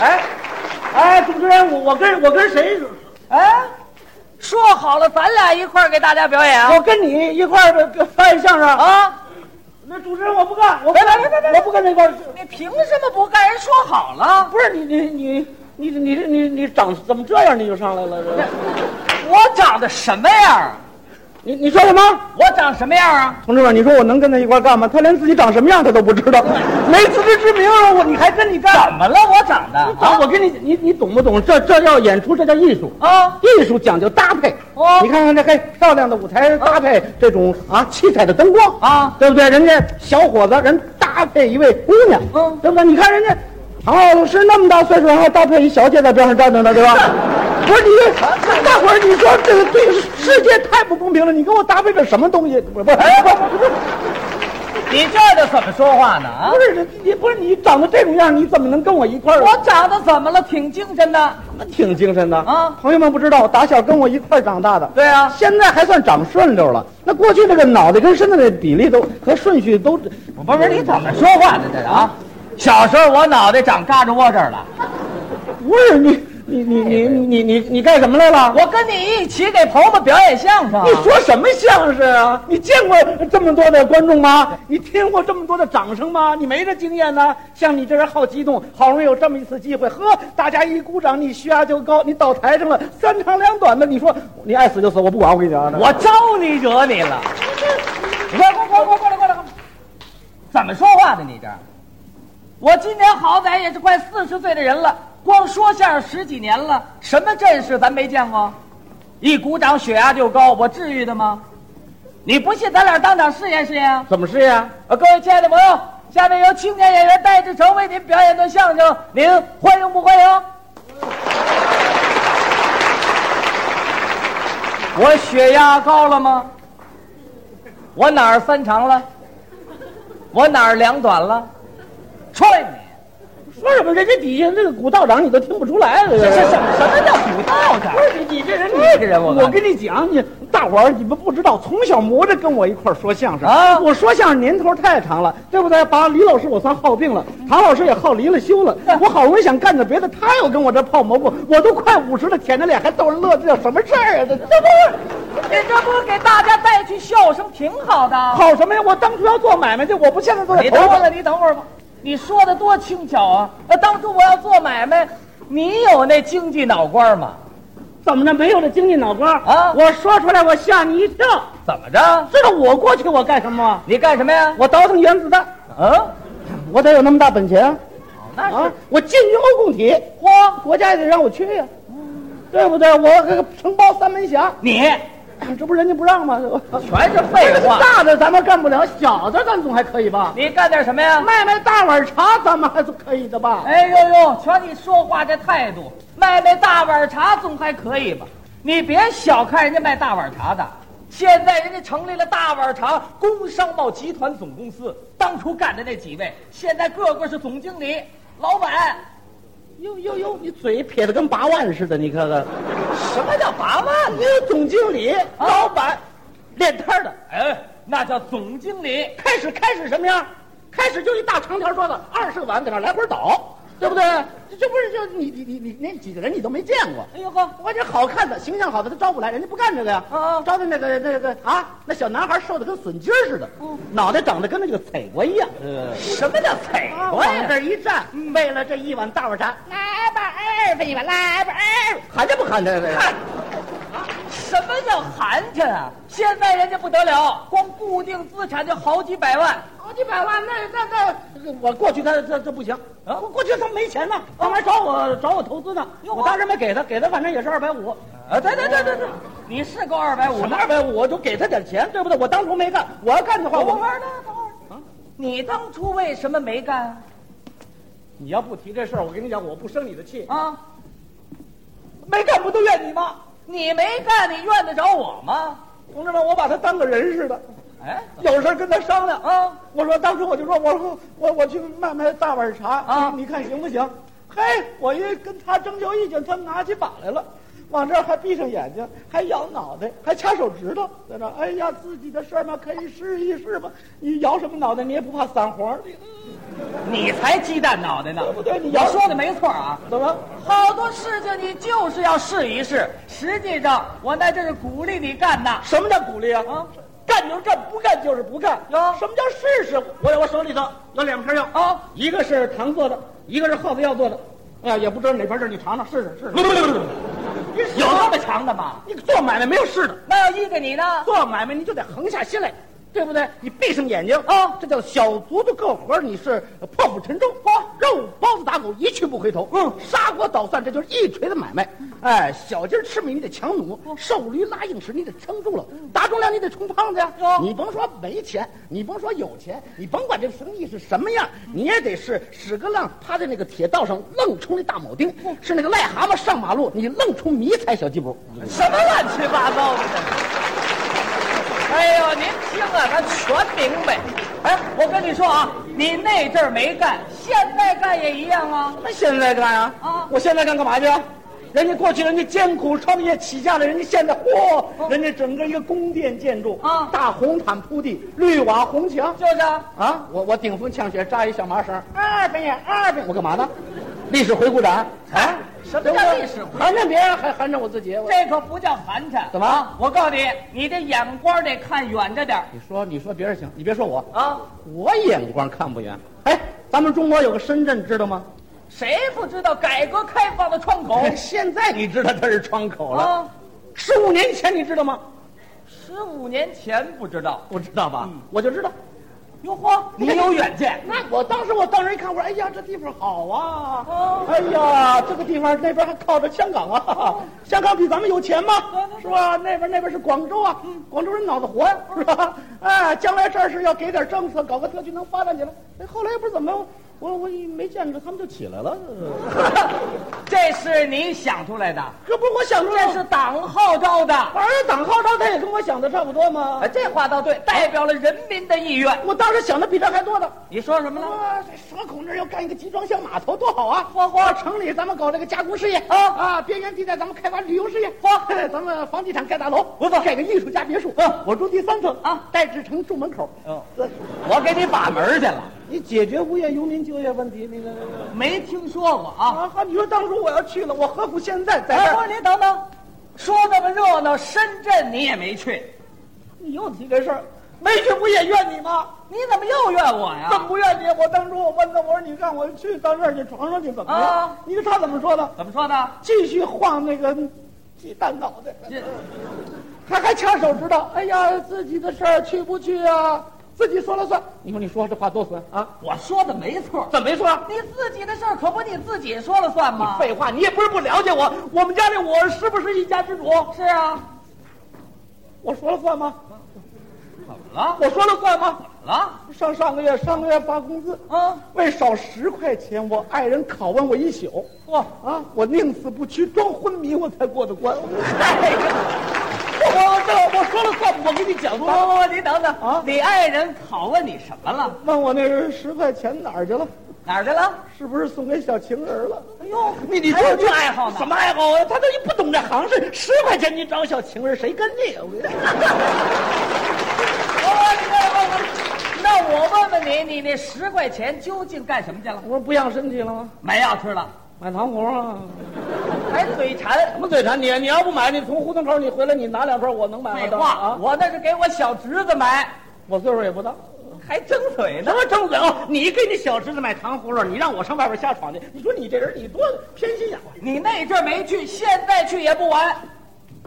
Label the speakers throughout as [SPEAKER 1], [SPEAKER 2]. [SPEAKER 1] 哎，哎，主持人，我我跟我跟谁？哎，
[SPEAKER 2] 说好了，咱俩一块儿给大家表演啊！
[SPEAKER 1] 我跟你一块儿表表演相声啊！
[SPEAKER 2] 啊，
[SPEAKER 1] 那主持人我不干，我不
[SPEAKER 2] 别别
[SPEAKER 1] 干
[SPEAKER 2] 别别别
[SPEAKER 1] 我不跟那块儿。
[SPEAKER 2] 你凭什么不干？人说好了，
[SPEAKER 1] 不是你你你你你你你长怎么这样你就上来了？这
[SPEAKER 2] 我长得什么样啊？
[SPEAKER 1] 你你说什么？
[SPEAKER 2] 我长什么样啊？
[SPEAKER 1] 同志们，你说我能跟他一块儿干吗？他连自己长什么样他都不知道，没自知之明，啊我你还跟你
[SPEAKER 2] 怎
[SPEAKER 1] 干？
[SPEAKER 2] 么了？我长得
[SPEAKER 1] 啊，我跟你你你懂不懂？这这叫演出，这叫艺术。
[SPEAKER 2] 啊，
[SPEAKER 1] 艺术讲究搭配，
[SPEAKER 2] 哦
[SPEAKER 1] 你看看这嘿漂亮的舞台搭配这种啊七彩的灯光
[SPEAKER 2] 啊
[SPEAKER 1] 对不对？人家小伙子人搭配一位姑娘，
[SPEAKER 2] 嗯
[SPEAKER 1] 对不对？你看人家唐老师那么大岁数还搭配一小姐在边上站着呢，对 吧？不是你，大伙儿你说这个对世界太不公平了，你给我搭配个什么东西？不不哎不不
[SPEAKER 2] 你这就怎么说话呢？啊
[SPEAKER 1] 不，是你不是你长得这种样，你怎么能跟我一块儿？
[SPEAKER 2] 我长得怎么了？挺精神的。
[SPEAKER 1] 挺精神的
[SPEAKER 2] 啊
[SPEAKER 1] 朋友们不知道，我打小跟我一块儿长大的，
[SPEAKER 2] 对啊
[SPEAKER 1] 现在还算长顺溜了。那过去这个脑袋跟身子的比例都和顺序都，
[SPEAKER 2] 不是你怎么说话呢？这是啊，小时候我脑袋长嘎吱窝这儿了，
[SPEAKER 1] 不是你你你你你你你你干什么来了？
[SPEAKER 2] 我跟你一起给朋友们表演相声啊。
[SPEAKER 1] 你说什么相声啊？你见过这么多的观众吗？你听过这么多的掌声吗？你没这经验呢、像你这人好激动，好容易有这么一次机会，呵，大家一鼓掌，你血压就高，你倒台上了，三长两短的，你说你爱死就死，我不管，我跟你讲，啊
[SPEAKER 2] 我招你惹你了？你快快快快过来过来过来！怎么说话呢你这？我今年好歹也是快四十岁的人了，光说相声十几年了，什么阵势咱没见过？一鼓掌血压就高，我至于的吗？你不信，咱俩当场试验试验啊！
[SPEAKER 1] 怎么是呀、
[SPEAKER 2] 啊，各位亲爱的朋友，下面由青年演员戴志诚为您表演段相声，您欢迎不欢迎？我血压高了吗？我哪儿三长了？我哪儿两短了？踹你！
[SPEAKER 1] 说什么？人家底下那个古道长你都听不出来了，
[SPEAKER 2] 这是什么什么叫古道长
[SPEAKER 1] 不？是你你这人，
[SPEAKER 2] 这个人我
[SPEAKER 1] 我跟你讲，你大伙儿你们不知道，从小磨着跟我一块儿说相声
[SPEAKER 2] 啊
[SPEAKER 1] 我说相声年头太长了，对不对？把李老师我算耗病了，唐老师也耗离了休了。
[SPEAKER 2] 啊
[SPEAKER 1] 我好容易想干点别的，他又跟我这泡蘑菇，我都快五十了，舔着脸还逗人乐，这叫什么事儿啊？这这不
[SPEAKER 2] 你这不是给大家带去笑声挺好的？
[SPEAKER 1] 好什么呀？我当初要做买卖去，我不现在做
[SPEAKER 2] 你等会儿吧，你等会儿吧。你说的多轻巧啊！那当初我要做买卖，你有那经济脑瓜吗？
[SPEAKER 1] 怎么着？没有这经济脑瓜
[SPEAKER 2] 啊
[SPEAKER 1] 我说出来我吓你一跳，
[SPEAKER 2] 怎么着？
[SPEAKER 1] 知道我过去我干什么吗？
[SPEAKER 2] 你干什么呀？
[SPEAKER 1] 我倒腾原子弹。啊
[SPEAKER 2] 嗯，
[SPEAKER 1] 我得有那么大本钱啊！
[SPEAKER 2] 那
[SPEAKER 1] 啊，我进军欧共体，
[SPEAKER 2] 嚯，
[SPEAKER 1] 国家也得让我去呀、对不对？我这个承包三门峡，
[SPEAKER 2] 你
[SPEAKER 1] 这不人家不让吗？这不
[SPEAKER 2] 全是废 话。
[SPEAKER 1] 大的咱们干不了，小的咱总还可以吧？
[SPEAKER 2] 你干点什么呀？
[SPEAKER 1] 卖卖大碗茶，咱们还是可以的吧？
[SPEAKER 2] 哎呦呦，瞧你说话这态度，卖卖大碗茶总还可以吧？你别小看人家卖大碗茶的，现在人家成立了大碗茶工商贸集团总公司，当初干的那几位，现在个个是总经理、老板。
[SPEAKER 1] 呦呦呦，你嘴撇的跟八万似的，你看看，
[SPEAKER 2] 什么叫八万
[SPEAKER 1] 你？有总经理、老板、练摊儿的，
[SPEAKER 2] 哎，那叫总经理。
[SPEAKER 1] 开始开始什么样？开始就一大长条桌子，二十个碗在那儿来回倒，对不对？这这不是就你你你你那几个人你都没见过。
[SPEAKER 2] 哎呦呵，
[SPEAKER 1] 我这好看的、形象好的，他招不来，人家不干这个呀。
[SPEAKER 2] 啊啊
[SPEAKER 1] 招的那个、那个啊，那小男孩瘦的跟笋尖儿似的，
[SPEAKER 2] 嗯
[SPEAKER 1] 脑袋长得跟那个菜瓜一样。
[SPEAKER 2] 什么叫踩
[SPEAKER 1] 啊
[SPEAKER 2] 过
[SPEAKER 1] 往
[SPEAKER 2] 呀
[SPEAKER 1] 这儿一站，
[SPEAKER 2] 嗯
[SPEAKER 1] 为了这一碗大碗茶，
[SPEAKER 3] 来吧，二
[SPEAKER 2] 哎
[SPEAKER 3] 分一碗，来吧，二。
[SPEAKER 1] 寒碜不寒碜？这
[SPEAKER 2] 嗨什么叫寒碜啊？现在人家不得了，光固定资产就好几百万。
[SPEAKER 1] 好几百万，那那那，我过去他这这不行
[SPEAKER 2] 啊哦
[SPEAKER 1] 我过去他没钱呢，他还找我找我投资呢，
[SPEAKER 2] 哟
[SPEAKER 1] 我当时没给他，给他反正也是二百五。
[SPEAKER 2] 啊，对对对对对，你是够二百五
[SPEAKER 1] 什么
[SPEAKER 2] 的。
[SPEAKER 1] 二百五？我就给他点钱，对不对？我当初没干，我要干的话，
[SPEAKER 2] 等
[SPEAKER 1] 我
[SPEAKER 2] 会儿呢，等会儿。你当初为什么没干啊
[SPEAKER 1] 你要不提这事儿，我跟你讲，我不生你的气。
[SPEAKER 2] 啊？
[SPEAKER 1] 没干不都怨你吗？
[SPEAKER 2] 你没干，你怨得着我吗？
[SPEAKER 1] 同志们，我把他当个人似的，
[SPEAKER 2] 哎，
[SPEAKER 1] 有事儿跟他商量啊。
[SPEAKER 2] 啊，
[SPEAKER 1] 我说当时我就说，我说我我去卖卖大碗茶
[SPEAKER 2] 啊
[SPEAKER 1] 你看行不行？嘿，我一跟他征求意见，他拿起把来了。往这儿还闭上眼睛，还摇脑袋，还掐手指头，在那儿哎呀，自己的事儿嘛，可以试一试吧。你摇什么脑袋，你也不怕散黄儿，你
[SPEAKER 2] 你才鸡蛋脑袋呢！
[SPEAKER 1] 对不对你
[SPEAKER 2] 我说的没错啊。
[SPEAKER 1] 怎么？
[SPEAKER 2] 好多事情你就是要试一试，实际上我在这是鼓励你干呐。
[SPEAKER 1] 什么叫鼓励啊？
[SPEAKER 2] 啊
[SPEAKER 1] 干就是干，不干就是不干。
[SPEAKER 2] 啊
[SPEAKER 1] 什么叫试试？我我手里头有两瓶药
[SPEAKER 2] 啊，
[SPEAKER 1] 一个是糖做的，一个是耗子药做的。哎呀，也不知道哪边是，你尝尝试试试试。
[SPEAKER 2] 不不不不，有那么强的吗？
[SPEAKER 1] 你做买卖没有试的，
[SPEAKER 2] 那要依着你呢？
[SPEAKER 1] 做买卖你就得横下心来，对不对？你闭上眼睛
[SPEAKER 2] 啊
[SPEAKER 1] 这叫小卒子过河，你是破釜沉舟，肉包子打狗，一去不回头。嗯，砂锅捣蒜，这就是一锤子买卖。哎，小鸡儿吃米你得强弩，瘦驴拉硬石你得撑住了，大重量你得冲胖子呀。你甭说没钱，你甭说有钱，你甭管这生意是什么样，你也得是屎壳郎趴在那个铁道上愣冲那大铆钉，是那个癞蛤蟆上马路，你愣冲迷彩小鸡脖。
[SPEAKER 2] 什么乱七八糟的！哎呦，您听啊，咱全明白。哎，我跟你说啊，你那阵儿没干，现在干也一样啊。
[SPEAKER 1] 那现在干啊？
[SPEAKER 2] 啊
[SPEAKER 1] 我现在干干嘛去啊？人家过去人家艰苦创业起家的，人家现在嚯，
[SPEAKER 2] 哦
[SPEAKER 1] 人家整个一个宫殿建筑
[SPEAKER 2] 啊
[SPEAKER 1] 大红毯铺地，绿瓦红墙
[SPEAKER 2] 就是啊，
[SPEAKER 1] 啊！我我顶风呛雪扎一小麻绳，
[SPEAKER 3] 二分呀，
[SPEAKER 1] 二百我干嘛呢？历史回顾展啊？
[SPEAKER 2] 哎什么叫历史回
[SPEAKER 1] 寒碜别人还寒碜我自己？我
[SPEAKER 2] 这可不叫寒碜。
[SPEAKER 1] 怎么
[SPEAKER 2] 啊我告诉你，你这眼光得看远着点儿
[SPEAKER 1] 你说你说别人行，你别说我，
[SPEAKER 2] 啊。
[SPEAKER 1] 我眼光看不远。哎，咱们中国有个深圳，知道吗？
[SPEAKER 2] 谁不知道改革开放的窗口？
[SPEAKER 1] 现在你知道它是窗口了，
[SPEAKER 2] 啊，
[SPEAKER 1] 十五年前你知道吗？
[SPEAKER 2] 十五年前不知道。
[SPEAKER 1] 不知道吧？我就知道。
[SPEAKER 2] 哟嚯，嗯你有远见。
[SPEAKER 1] 那我当时我当时一看，我说哎呀，这地方好啊！
[SPEAKER 2] 哦
[SPEAKER 1] 哎呀，这个地方那边还靠着香港啊，香港比咱们有钱吗？
[SPEAKER 2] 对对对
[SPEAKER 1] 是吧？那边那边是广州啊，
[SPEAKER 2] 嗯
[SPEAKER 1] 广州人脑子活呀、
[SPEAKER 2] 哦
[SPEAKER 1] 是吧？哎，将来这儿是要给点政策，搞个特区能发展起来。哎，后来也不知怎么，我我也没见着他们就起来了，
[SPEAKER 2] 嗯这是你想出来的，
[SPEAKER 1] 这不是我想出来
[SPEAKER 2] 这
[SPEAKER 1] 的
[SPEAKER 2] 是。党号召的。
[SPEAKER 1] 反正党号召他也跟我想的差不多嘛
[SPEAKER 2] 啊，。这话倒对，代表了人民的意愿。
[SPEAKER 1] 我当时想的比这还多呢。
[SPEAKER 2] 你说什么呢？
[SPEAKER 1] 啊，这蛇口那儿要干一个集装箱码头，多好啊！
[SPEAKER 2] 嚯嚯
[SPEAKER 1] 城里咱们搞这个加工事业
[SPEAKER 2] 啊
[SPEAKER 1] 啊，边缘地带咱们开发旅游事业，嚯，咱们房地产盖大楼，
[SPEAKER 2] 不错
[SPEAKER 1] 盖个艺术家别墅，嗯，我住第三层
[SPEAKER 2] 啊，
[SPEAKER 1] 戴志成住门口，
[SPEAKER 2] 嗯
[SPEAKER 1] 这
[SPEAKER 2] 我给你把门去了，
[SPEAKER 1] 你解决无业游民就业问题那个
[SPEAKER 2] 没听说过啊。
[SPEAKER 1] 啊，好，你说当初我要去了，我何苦现在在
[SPEAKER 2] 哎，
[SPEAKER 1] 这
[SPEAKER 2] 不是
[SPEAKER 1] 儿？
[SPEAKER 2] 您等等，说那么热闹，深圳你也没去，
[SPEAKER 1] 你又提这事儿，没去不也怨你吗？
[SPEAKER 2] 你怎么又怨我呀
[SPEAKER 1] 怎？么不怨你？我当初我问他，我说你让我去到那儿去闯闯去怎么样
[SPEAKER 2] 啊？
[SPEAKER 1] 你说他怎么说的？
[SPEAKER 2] 怎么说的？
[SPEAKER 1] 继续晃那个鸡蛋脑袋。
[SPEAKER 2] 这
[SPEAKER 1] 还还掐手指头，哎呀，自己的事儿去不去啊？自己说了算。你说你说这话多损啊？
[SPEAKER 2] 我说的没错，
[SPEAKER 1] 怎么没说？啊
[SPEAKER 2] 你自己的事儿可不你自己说了算吗？
[SPEAKER 1] 废话，你也不是不了解我，我们家这我是不是一家之主？
[SPEAKER 2] 是啊，
[SPEAKER 1] 我说了算吗？
[SPEAKER 2] 怎么了？啊
[SPEAKER 1] 我说了算吗？
[SPEAKER 2] 怎么了？
[SPEAKER 1] 上上个月上个月发工资，
[SPEAKER 2] 啊，
[SPEAKER 1] 为少十块钱，我爱人拷问我一宿
[SPEAKER 2] 哇，
[SPEAKER 1] 啊！我宁死不屈，装昏迷我才过的关。
[SPEAKER 2] 哎呀！
[SPEAKER 1] 我这我说了算，我跟你讲
[SPEAKER 2] 不
[SPEAKER 1] 过。
[SPEAKER 2] 不不，你等等
[SPEAKER 1] 啊
[SPEAKER 2] 你爱人拷问你什么了？
[SPEAKER 1] 问我那十块钱哪儿去了？
[SPEAKER 2] 哪儿去了？
[SPEAKER 1] 是不是送给小情人了？
[SPEAKER 2] 哎呦，
[SPEAKER 1] 你你
[SPEAKER 2] 还有这爱好呢
[SPEAKER 1] 什么爱好啊？他都不懂这行市，十块钱你找小情人，谁跟你啊？我跟你说
[SPEAKER 2] 那我问问你，你那十块钱究竟干什么去了？
[SPEAKER 1] 我说不养身体了吗？
[SPEAKER 2] 买药吃了，
[SPEAKER 1] 买糖葫芦啊？
[SPEAKER 2] 还嘴馋
[SPEAKER 1] 什。么嘴馋你？你要不买，你从胡同口你回来，你拿两份，我能买
[SPEAKER 2] 废
[SPEAKER 1] 吗？
[SPEAKER 2] 话，
[SPEAKER 1] 啊！
[SPEAKER 2] 我那是给我小侄子买，
[SPEAKER 1] 我岁数也不大。
[SPEAKER 2] 还争嘴呢
[SPEAKER 1] 什。么张嘴哦？你给你小侄子买糖葫芦，你让我上外边瞎闯去？你说你这人，你多偏心眼啊！
[SPEAKER 2] 你那阵儿没去，现在去也不晚。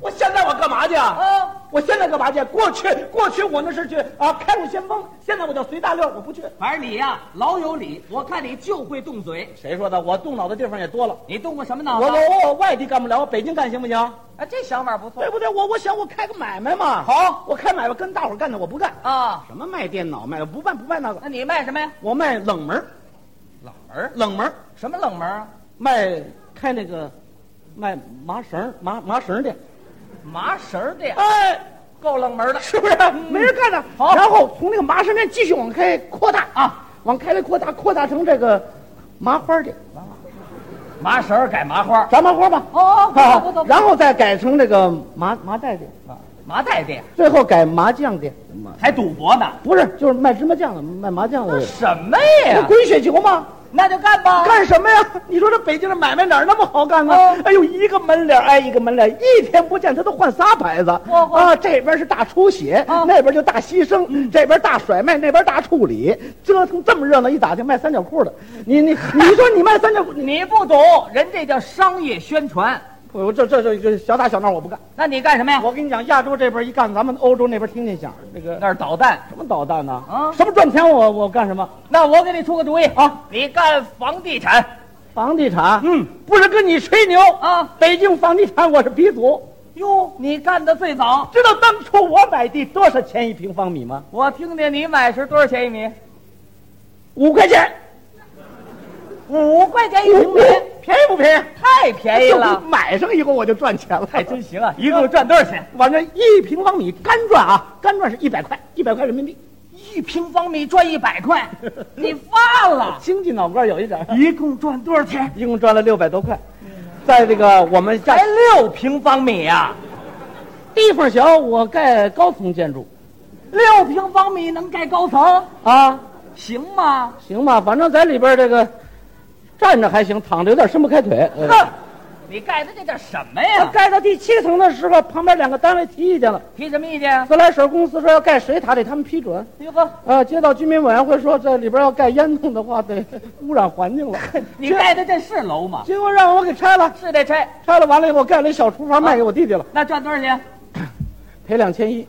[SPEAKER 1] 我现在我干嘛去啊？
[SPEAKER 2] 啊，
[SPEAKER 1] 我现在干嘛去？过去过去我那是去啊开路先锋，现在我叫随大溜，我不去。
[SPEAKER 2] 反正你呀、老有理，我看你就会动嘴。
[SPEAKER 1] 谁说的？我动脑的地方也多了。
[SPEAKER 2] 你动过什么脑子？
[SPEAKER 1] 我我我外地干不了，我北京干行不行？
[SPEAKER 2] 啊，这想法不错
[SPEAKER 1] 对不对？我我想我开个买卖嘛，
[SPEAKER 2] 好，
[SPEAKER 1] 我开买卖跟大伙儿干的，我不干。
[SPEAKER 2] 啊。
[SPEAKER 1] 什么卖电脑卖不卖不卖那个，
[SPEAKER 2] 那你卖什么呀？
[SPEAKER 1] 我卖冷门儿
[SPEAKER 2] 冷门儿？
[SPEAKER 1] 冷门儿
[SPEAKER 2] 什么冷门儿啊？
[SPEAKER 1] 卖开那个卖麻绳儿麻麻绳儿的，
[SPEAKER 2] 麻绳儿的呀，
[SPEAKER 1] 哎，
[SPEAKER 2] 够冷门儿的。
[SPEAKER 1] 是不是没人干呢？
[SPEAKER 2] 好
[SPEAKER 1] 嗯然后从那个麻绳店继续往开扩大
[SPEAKER 2] 啊，
[SPEAKER 1] 往开来扩大，扩大成这个麻花儿的，
[SPEAKER 2] 麻绳儿改麻花儿，
[SPEAKER 1] 咱麻花吧，
[SPEAKER 2] 哦不错不错不错
[SPEAKER 1] 然后再改成这个麻麻袋店，
[SPEAKER 2] 麻袋店
[SPEAKER 1] 最后改麻将店，
[SPEAKER 2] 还赌博呢？
[SPEAKER 1] 不是就是卖芝麻酱的，卖麻将的，
[SPEAKER 2] 什么
[SPEAKER 1] 这
[SPEAKER 2] 呀？
[SPEAKER 1] 滚雪球吗？
[SPEAKER 2] 那就嗯干吧。
[SPEAKER 1] 干什么呀？你说这北京的买卖哪儿那么好干啊
[SPEAKER 2] 哦？
[SPEAKER 1] 哎呦，一个门脸挨一个门脸，一天不见他都换仨牌子
[SPEAKER 2] 嚯嚯
[SPEAKER 1] 啊！这边是大出血，
[SPEAKER 2] 啊
[SPEAKER 1] 那边就大牺牲，这边大甩卖，那边大处理，折腾这么热闹，一打听卖三角裤的，你 你你说你卖三角裤，你
[SPEAKER 2] 你不懂，人这叫商业宣传。
[SPEAKER 1] 我这这这这小打小闹我不干。
[SPEAKER 2] 那你干什么呀？
[SPEAKER 1] 我跟你讲，亚洲这边一干，咱们欧洲那边听见响，那个
[SPEAKER 2] 那儿捣蛋。
[SPEAKER 1] 什么导弹呢？
[SPEAKER 2] 啊
[SPEAKER 1] 什么赚钱我我干什么？
[SPEAKER 2] 那我给你出个主意
[SPEAKER 1] 啊，
[SPEAKER 2] 你干房地产。
[SPEAKER 1] 房地产？
[SPEAKER 2] 嗯，
[SPEAKER 1] 不是跟你吹牛
[SPEAKER 2] 啊
[SPEAKER 1] 北京房地产我是鼻祖。
[SPEAKER 2] 哟，你干的最早。
[SPEAKER 1] 知道当初我买地多少钱一平方米吗？
[SPEAKER 2] 我听见你买时多少钱一米？
[SPEAKER 1] 五块钱，
[SPEAKER 2] 五哎块钱一
[SPEAKER 1] 五
[SPEAKER 2] 平米，
[SPEAKER 1] 便宜不便宜？哎
[SPEAKER 2] 太便宜了
[SPEAKER 1] 就。买上以后我就赚钱了，
[SPEAKER 2] 还真行啊！一共赚多少钱？
[SPEAKER 1] 反正一平方米干赚啊，干赚是一百块，一百块人民币。
[SPEAKER 2] 一平方米赚一百 块，你发了！
[SPEAKER 1] 经济脑瓜有一点，
[SPEAKER 2] 一共赚多少钱？
[SPEAKER 1] 一共赚了六百多块，在这个我们家
[SPEAKER 2] 才六平方米啊呀、
[SPEAKER 1] 哎地方小，我盖高层建筑
[SPEAKER 2] 六平方米能盖高层，
[SPEAKER 1] 啊，
[SPEAKER 2] 行吗？
[SPEAKER 1] 行吧，反正在里边这个站着还行，躺着有点伸不开腿。呃
[SPEAKER 2] 哼，你盖的这叫什么
[SPEAKER 1] 我
[SPEAKER 2] 呀？
[SPEAKER 1] 盖到第七层的时候，旁边两个单位提意见了，
[SPEAKER 2] 提什么意见？
[SPEAKER 1] 自来水公司说要盖水塔，得他们批准。
[SPEAKER 2] 哟呵，
[SPEAKER 1] 呃，街道居民委员会说这里边要盖烟囱的话，得污染环境了。
[SPEAKER 2] 你盖的这是楼吗？
[SPEAKER 1] 结果让我给拆了，
[SPEAKER 2] 是得拆。
[SPEAKER 1] 拆了完了以后盖了一小厨
[SPEAKER 2] 啊
[SPEAKER 1] 房卖给我弟弟了，
[SPEAKER 2] 那赚多少钱？
[SPEAKER 1] 赔两千一。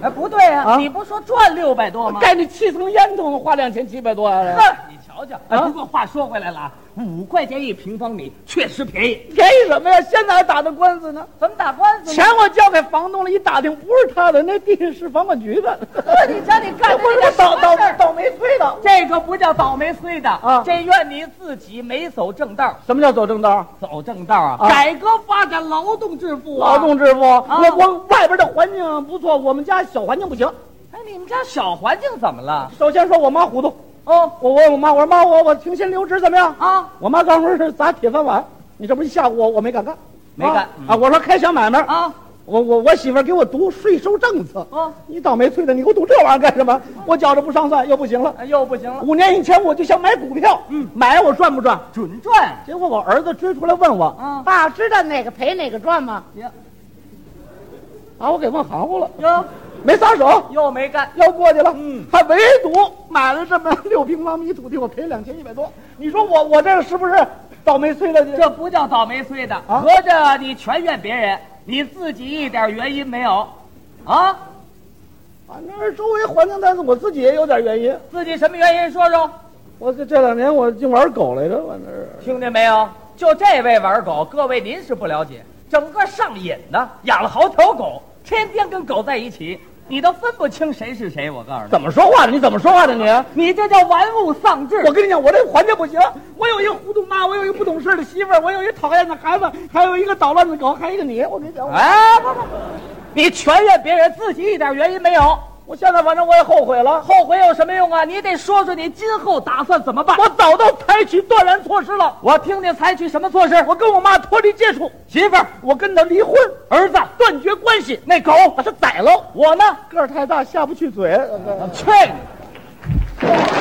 [SPEAKER 2] 哎，不对啊，
[SPEAKER 1] 啊
[SPEAKER 2] 你不说赚六百多吗？
[SPEAKER 1] 盖那七层烟囱花两千七百多啊，
[SPEAKER 2] 哼，你瞧瞧。哎，不过话说回来了啊，五块钱一平方米确实便宜。
[SPEAKER 1] 便宜什么呀？现在还打的官司呢，
[SPEAKER 2] 怎么打官司
[SPEAKER 1] 钱
[SPEAKER 2] 呢？
[SPEAKER 1] 我交给房东了，一打听不是他的，那地是房管局的。
[SPEAKER 2] 呵你瞧你干的
[SPEAKER 1] 我
[SPEAKER 2] 这
[SPEAKER 1] 这不倒
[SPEAKER 2] 叫什么
[SPEAKER 1] 倒
[SPEAKER 2] 事儿
[SPEAKER 1] 倒霉催的。
[SPEAKER 2] 这个不叫倒霉催的
[SPEAKER 1] 啊
[SPEAKER 2] 这怨你自己没走正道，
[SPEAKER 1] 什么叫走正道？
[SPEAKER 2] 走正道啊！
[SPEAKER 1] 啊
[SPEAKER 2] 改革发展劳动致富啊！
[SPEAKER 1] 劳，动致富。我我外边的环境不错，我们家小环境不行。
[SPEAKER 2] 哎，你们家小环境怎么了？
[SPEAKER 1] 首先说我妈糊涂，
[SPEAKER 2] 哦
[SPEAKER 1] 我问我妈，我说妈，我我停薪留职怎么样？
[SPEAKER 2] 啊，
[SPEAKER 1] 我妈刚说是砸铁饭碗，你这不一吓唬我，我没敢干，
[SPEAKER 2] 没干
[SPEAKER 1] 啊,、
[SPEAKER 2] 嗯
[SPEAKER 1] 啊！我说开小买卖
[SPEAKER 2] 啊，
[SPEAKER 1] 我我我媳妇儿给我读税收政策，
[SPEAKER 2] 哦
[SPEAKER 1] 你倒霉催的，你给我读这玩意儿干什么？我觉着不上算又不行了。
[SPEAKER 2] 哎又不行了，
[SPEAKER 1] 五年以前我就想买股票，嗯，买我赚不赚？
[SPEAKER 2] 准赚
[SPEAKER 1] 结果我儿子追出来问我，
[SPEAKER 2] 啊！
[SPEAKER 3] 爸知道哪个赔哪个赚吗？
[SPEAKER 2] 行
[SPEAKER 1] 把我给问含糊了，
[SPEAKER 2] 哟，
[SPEAKER 1] 没撒手，
[SPEAKER 2] 又没干，
[SPEAKER 1] 要过去了，
[SPEAKER 2] 嗯，
[SPEAKER 1] 还唯独买了这么六平方米土地，我赔两千一百多，你说我我这个是不是倒霉催的？
[SPEAKER 2] 这不叫倒霉催的，
[SPEAKER 1] 啊
[SPEAKER 2] 合着你全怨别人，你自己一点原因没有，啊？
[SPEAKER 1] 反正周围环境，但是我自己也有点原因。
[SPEAKER 2] 自己什么原因说说？
[SPEAKER 1] 我这这两年我净玩狗来着，反正是
[SPEAKER 2] 听见没有？就这位玩狗，各位您是不了解，整个上瘾呢，养了好条狗，天天跟狗在一起，你都分不清谁是谁。我告诉你，
[SPEAKER 1] 怎么说话的？你怎么说话的你？
[SPEAKER 2] 你这叫玩物丧志。
[SPEAKER 1] 我跟你讲，我这环境不行，我有一个糊涂妈，我有一个不懂事的媳妇儿，我有一个讨厌的孩子，还有一个捣乱的狗，还有一个你。我跟你讲，我
[SPEAKER 2] 哎，不不，你全怨别人，自己一点原因没有，
[SPEAKER 1] 我现在反正我也后悔了，
[SPEAKER 2] 后悔有什么用啊？你得说说你今后打算怎么办。
[SPEAKER 1] 我早都采取断然措施了。
[SPEAKER 2] 我听听采取什么措施？
[SPEAKER 1] 我跟我妈脱离接触，
[SPEAKER 2] 媳妇儿，
[SPEAKER 1] 我跟她离婚，
[SPEAKER 2] 儿子，
[SPEAKER 1] 断绝关系，
[SPEAKER 2] 那狗
[SPEAKER 1] 把她宰了。
[SPEAKER 2] 我呢？呃
[SPEAKER 1] 个儿太大，下不去嘴。
[SPEAKER 2] 去你！